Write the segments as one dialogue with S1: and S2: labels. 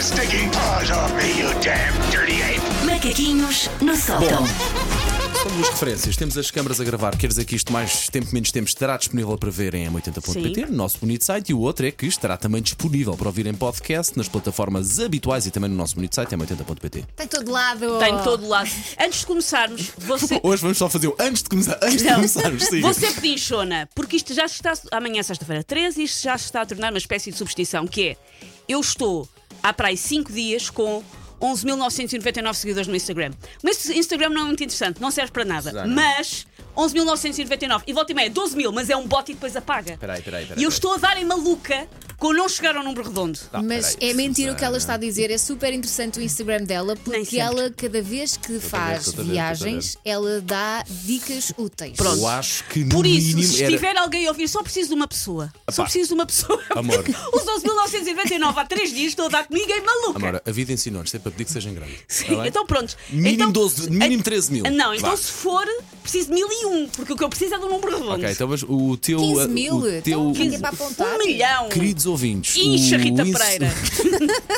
S1: sticking paws off me, you damn dirty ape!
S2: Macaquinhos no sótão.
S3: Somos referências, temos as câmaras a gravar. Quer dizer que isto mais tempo, menos tempo estará disponível para ver em m80.pt, no nosso bonito site, e o outro é que estará também disponível para ouvir em podcast, nas plataformas habituais e também no nosso bonito site, m80.pt.
S4: Tem todo lado.
S5: Tenho todo lado. Antes de começarmos, você.
S3: Hoje vamos só fazer o antes de começar. Antes de
S5: Não.
S3: começarmos, siga.
S5: Você pedinchona, porque isto já se está. Amanhã é sexta-feira 13 e isto já se está a tornar uma espécie de substituição, que é eu estou à praia 5 dias com 11.999 seguidores no Instagram. Mas o Instagram não é muito interessante, não serve para nada.
S3: Já não.
S5: Mas 11.999 e volta e meia, 12 mil, mas é um bot e depois apaga.
S3: Peraí, peraí, peraí,
S5: E eu
S3: peraí.
S5: estou a dar em maluca com não chegar ao número redondo.
S3: Não,
S4: Mas
S3: Ah, peraí,
S4: é mentira o que ela
S3: Susana.
S4: está a dizer. É super interessante o Instagram dela, porque
S5: sempre.
S4: ela, cada vez que faz
S3: estou a ver,
S4: viagens, ela dá dicas úteis.
S5: Pronto.
S3: Eu acho que no
S5: Por isso,
S3: mínimo
S5: se
S3: era-
S5: estiver alguém a ouvir, só preciso de uma pessoa. Só
S3: Epá.
S5: preciso de uma pessoa.
S3: Amor.
S5: Os 11.999 há 3 dias estou a dar comigo em maluca.
S3: Amora, a vida ensinou-nos sempre a pedir que sejam grandes.
S5: Sim, então pronto.
S3: tá Mínimo
S5: então,
S3: 12, mínimo
S5: Ah,
S3: 13 mil.
S5: Não, então
S3: Vá.
S5: se for, preciso de 1001, porque o que eu preciso é de um número redondo.
S3: Ok, então mas o teu.
S4: 15
S3: ah,
S4: mil?
S3: O
S4: Então,
S3: teu,
S4: quem é para apontar?
S5: Um milhão.
S3: Queridos ouvintes,
S5: Incha,
S3: o
S5: Rita
S3: ins-
S5: Pereira.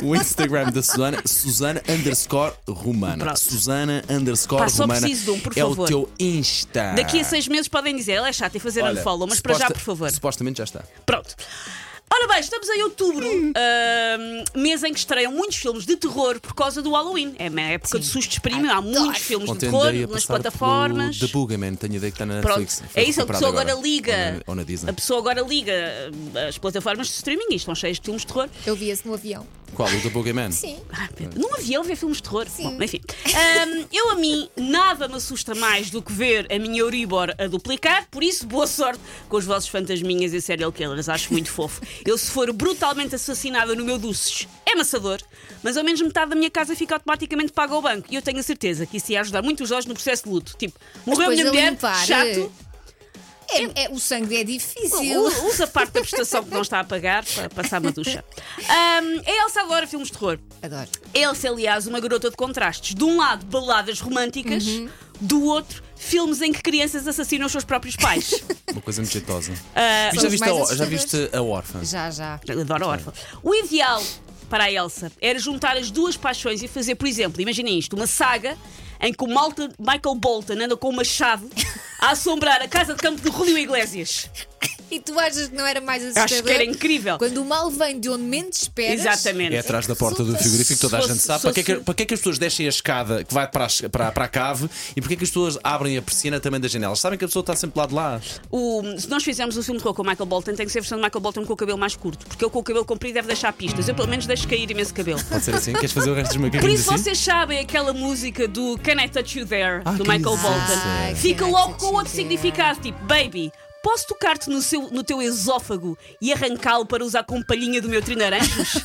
S3: o Instagram da Susana, Susana underscore romana.
S5: Pronto.
S3: Susana underscore
S5: Pá, só
S3: romana.
S5: preciso de um, por
S3: é
S5: favor.
S3: o teu Insta.
S5: Daqui a seis meses podem dizer, ela é chata e fazer
S3: Olha,
S5: unfollow, mas para já,
S3: suposta-
S5: por favor.
S3: Supostamente já está.
S5: Pronto. Ora bem, estamos em outubro, ahm, mês em que estreiam muitos filmes de terror por causa do Halloween. É uma época de sustos premium, há muitos filmes de
S3: Ontem
S5: terror
S3: andei a
S5: nas
S3: passar
S5: plataformas.
S3: pelo The Boogeyman, tenho a ideia que está na
S5: Pronto,
S3: Netflix. Foi
S5: é isso, a
S3: comprado
S5: pessoa agora,
S3: Ou
S5: liga.
S3: na, ou na Disney.
S5: A pessoa agora liga ah, as plataformas de streaming e estão cheias de filmes de terror.
S4: Eu vi esse no avião.
S3: Qual? O The Boogeyman?
S4: Sim.
S5: Ah, Pedro, Num avião ver filmes de terror.
S4: Sim.
S5: Bom, enfim. Ahm, eu a mim nada me assusta mais do que ver a minha Euribor a duplicar, por isso boa sorte com os vossos fantasminhas e serial killers. Acho muito fofo. Eu, se for brutalmente assassinada no meu Dulces, é maçador, mas ao menos metade da minha casa fica automaticamente paga ao banco. E eu tenho a certeza que isso ia ajudar muito os jovens no processo de luto. Tipo, morreu a
S4: Depois
S5: minha
S4: a
S5: mulher,
S4: limpar.
S5: chato.
S4: É, é- o sangue é difícil.
S5: U- Usa parte da prestação que não está a pagar para passar uma ducha. Ahm, é a Elsa adora filmes de terror.
S4: Adoro.
S5: Elsa, aliás, uma garota de contrastes. De um lado, baladas românticas, do outro, filmes em que crianças assassinam os seus próprios pais.
S3: Uma coisa muito jeitosa.
S5: Ah,
S4: são
S3: já,
S4: os
S3: viste
S4: mais
S3: a, já
S4: assustadores.
S3: viste a órfã?
S4: Já, já.
S5: Adoro órfã. O ideal para a Elsa era juntar as duas paixões e fazer, por exemplo, imaginem isto, uma saga em que o Malta- Michael Bolton anda com um machado a assombrar a casa de campo de Julio Iglesias.
S4: E tu achas que não era mais assustador?
S5: Acho que era incrível.
S4: Quando o mal vem de onde menos esperas.
S5: Exatamente.
S3: É atrás da porta do
S4: Resulta-
S3: frigorífico, toda a
S5: se
S3: gente
S5: fosse-
S3: sabe. Para que, é que,
S5: fosse-
S3: para que é que as pessoas deixem a escada que vai para a, ch- para, para a cave e porque é que as pessoas abrem a persiana também das janelas? Sabem que a pessoa está sempre lá de lá.
S5: O- se nós fizermos um filme de terror com o Michael Bolton, tem que ser a versão de Michael Bolton com o cabelo mais curto, porque eu com o cabelo comprido deve deixar pistas. Eu pelo menos deixo cair imenso cabelo.
S3: Pode ser assim? Queres fazer o resto dos
S5: Por
S3: macaquinhos
S5: isso
S3: assim?
S5: vocês sabem aquela música do Can I Touch You There,
S3: Ah,
S5: do
S3: que
S5: Michael
S3: isso.
S5: Bolton.
S3: Ah,
S4: Can
S5: Fica
S4: I
S5: logo
S4: Touch
S5: com
S4: You
S5: outro
S4: There?
S5: significado, tipo, baby. Posso tocar-te no, seu- no teu esófago e arrancá-lo para usar como palhinha do meu trinaranjos?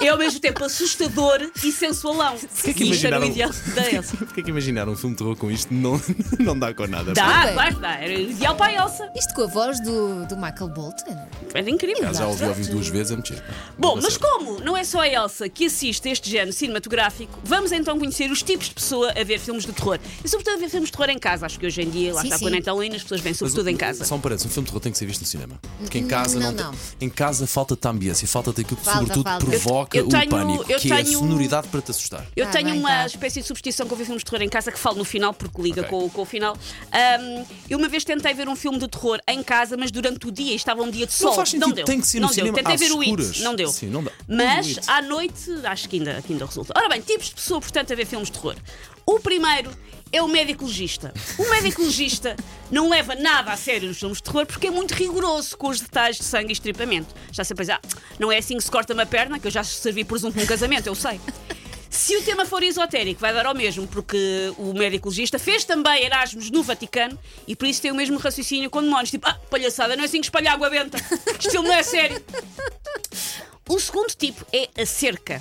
S5: É ao mesmo tempo assustador e sensualão.
S3: Porquê que
S5: e isto era o
S3: imaginaram-
S5: ideal da Elsa.
S3: Porquê que imaginar um filme de terror com isto não, não dá com nada?
S5: Dá,
S4: bem.
S5: vai, dá. Era o ideal para a Elsa.
S4: Isto com a voz do, do Michael Bolton.
S5: Era incrível.
S3: Ah, Já ouvi ouvir duas vezes é a mexer.
S5: Bom, mas como não é só a Elsa que assiste a este género cinematográfico, vamos então conhecer os tipos de pessoa a ver filmes de terror. E sobretudo a ver filmes de terror em casa. Acho que hoje em dia, lá
S4: Sim,
S5: está
S4: sim.
S5: com a Natalina, as pessoas vêm
S3: Mas
S5: sobretudo
S3: o-
S5: em casa.
S3: Só me parece, um filme de terror tem que ser visto no cinema. Porque em
S4: Não,
S3: casa não,
S4: não,
S3: tem-
S4: não.
S3: Em casa falta-te a ambiência, falta-te aquilo que
S4: Falta,
S3: sobretudo
S4: falta.
S3: provoca
S5: Eu- eu tenho-
S3: o pânico,
S5: eu
S3: que é a
S5: tenho- um-
S3: sonoridade para te assustar.
S5: Eu
S4: Tá
S5: tenho
S4: bem,
S5: uma
S4: tá.
S5: espécie de substituição com ver filmes de terror em casa que falo no final, porque liga
S3: Ok.
S5: com, o- com o final. Ahm, eu uma vez tentei ver um filme de terror em casa, mas durante o dia estava um dia de sol.
S3: Não faz sentido,
S5: deu.
S3: tem que ser
S5: não
S3: no
S5: deu.
S3: cinema
S5: Tentei
S3: às
S5: ver o
S3: escuras.
S5: It, não deu.
S3: Sim, não dá. O
S5: Mas
S3: It.
S5: à noite, acho que ainda, que ainda resulta. Ora bem, tipos de pessoa, portanto, a ver filmes de terror. O primeiro é o médico legista. O médico legista não leva nada a sério nos filmes de terror porque é muito rigoroso com os detalhes de sangue e estripamento. Já sempre a pensar, "Ah, não é assim que se corta uma perna, que eu já servi presunto num casamento, eu sei. Se o tema for esotérico, vai dar ao mesmo, porque o médico legista fez também Erasmus no Vaticano e por isso tem o mesmo raciocínio com demónios. Tipo, ah, palhaçada, não é assim que espalha água benta. Isto filme não é sério. O segundo tipo é a cerca.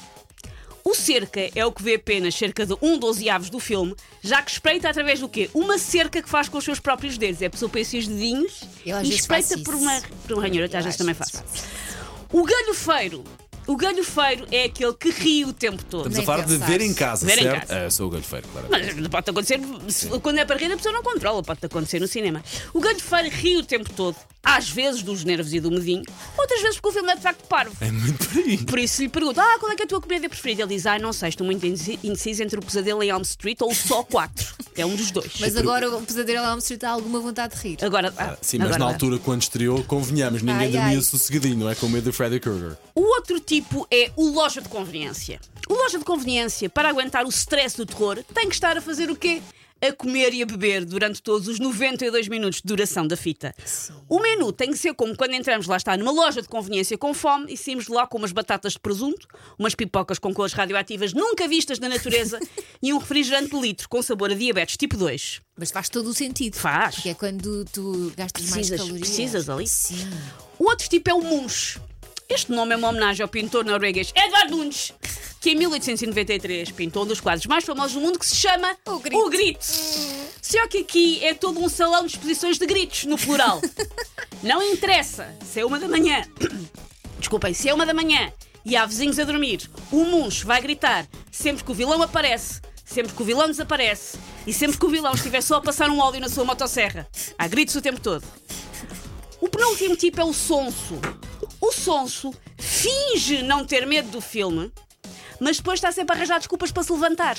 S5: O cerca é o que vê apenas cerca de um dozeavos do filme, já que espreita através do quê? Uma cerca que faz com os seus próprios dedos. É a pessoa pensa os dedinhos
S4: Eu às
S5: e
S4: vezes faço
S5: espreita por
S4: isso.
S5: uma, por uma ranhura.
S4: Eu
S5: Às vezes também
S4: às vezes
S5: faço. O galhofeiro O galhofeiro é aquele que ri o tempo todo.
S3: Estamos
S4: Nem
S3: a falar
S4: pensar.
S3: de ver em casa,
S5: Ver em
S3: certo?
S5: casa.
S3: Ah, sou o galhofeiro, claro.
S5: Mas pode acontecer, se- quando é para rir, a pessoa não controla, pode acontecer no cinema. O galhofeiro ri o tempo todo, às vezes dos nervos e do medinho, outras vezes porque o filme é de facto parvo.
S3: É muito por aí.
S5: Por isso lhe pergunto: Ah, qual é que é a tua comédia preferida? Ele diz: Ah, não sei, estou muito indeci- indeciso entre o pesadelo em Elm Street ou o só 4. É um dos dois.
S4: Mas agora o pesadelo é lá me Street dá alguma vontade de rir.
S5: Agora, ah,
S3: Sim, mas
S5: agora
S3: na
S5: dá.
S3: altura, quando estreou, convenhamos, ninguém
S4: Ai,
S3: dormia
S4: ai.
S3: sossegadinho, não é? Com medo do Freddy Krueger.
S5: O outro tipo é o loja de conveniência. O loja de conveniência, para aguentar o stress do terror, tem que estar a fazer o quê? A comer e a beber durante todos os 92 minutos de duração da fita. O menu tem que ser como quando entramos lá está numa loja de conveniência com fome e saímos de lá com umas batatas de presunto, umas pipocas com cores radioativas nunca vistas na natureza e um refrigerante de litro com sabor a diabetes tipo 2.
S4: Mas faz todo o sentido.
S5: Faz.
S4: Porque é quando tu gastas
S5: Precisas,
S4: mais calorias.
S5: precisas ali.
S4: Sim.
S5: O outro tipo é o Munch. Este nome é uma homenagem ao pintor norueguês Edvard Munch, que em 1893 pintou um dos quadros mais famosos do mundo que se chama
S4: O Grito.
S5: Só que aqui é todo um salão de exposições de gritos, no plural. Não interessa se é uma da manhã. Desculpem, se é uma da manhã e há vizinhos a dormir, o Munch vai gritar sempre que o vilão aparece, sempre que o vilão desaparece e sempre que o vilão estiver só a passar um óleo na sua motosserra. Há gritos o tempo todo. O penúltimo tipo é o sonso. O sonso finge não ter medo do filme, mas depois está sempre a arranjar desculpas para se levantar.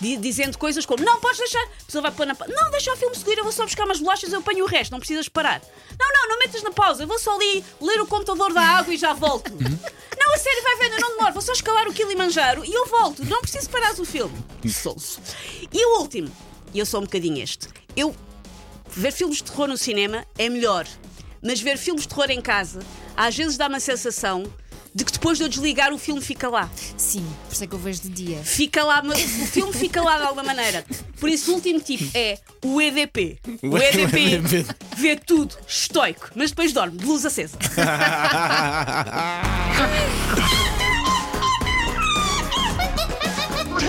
S5: Di- Dizendo coisas como: Não, podes deixar. A pessoa vai pôr na pausa: Não, deixa o filme seguir, eu vou só buscar umas bolachas, eu apanho o resto, não precisas parar. Não, não, não metas na pausa, eu vou só ali ler o computador da água e já volto. não, a sério, vai vendo, eu não demoro, vou só escalar o Kilimanjaro e eu volto, não preciso parar o filme. Sonso. E o último, e eu sou um bocadinho este: Eu Ver filmes de terror no cinema é melhor, mas ver filmes de terror em casa às vezes dá uma sensação de que depois de eu desligar o filme fica lá.
S4: Sim, por isso é que eu vejo de dia.
S5: Fica lá, mas o filme fica lá de alguma maneira. Por isso, o último tipo é o EDP. O EDP vê tudo estoico, mas depois dorme, de luz acesa.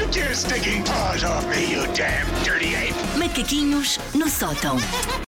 S1: Take your stinking paws off me, you damn dirty ape!
S2: Macaquinhos no sótão.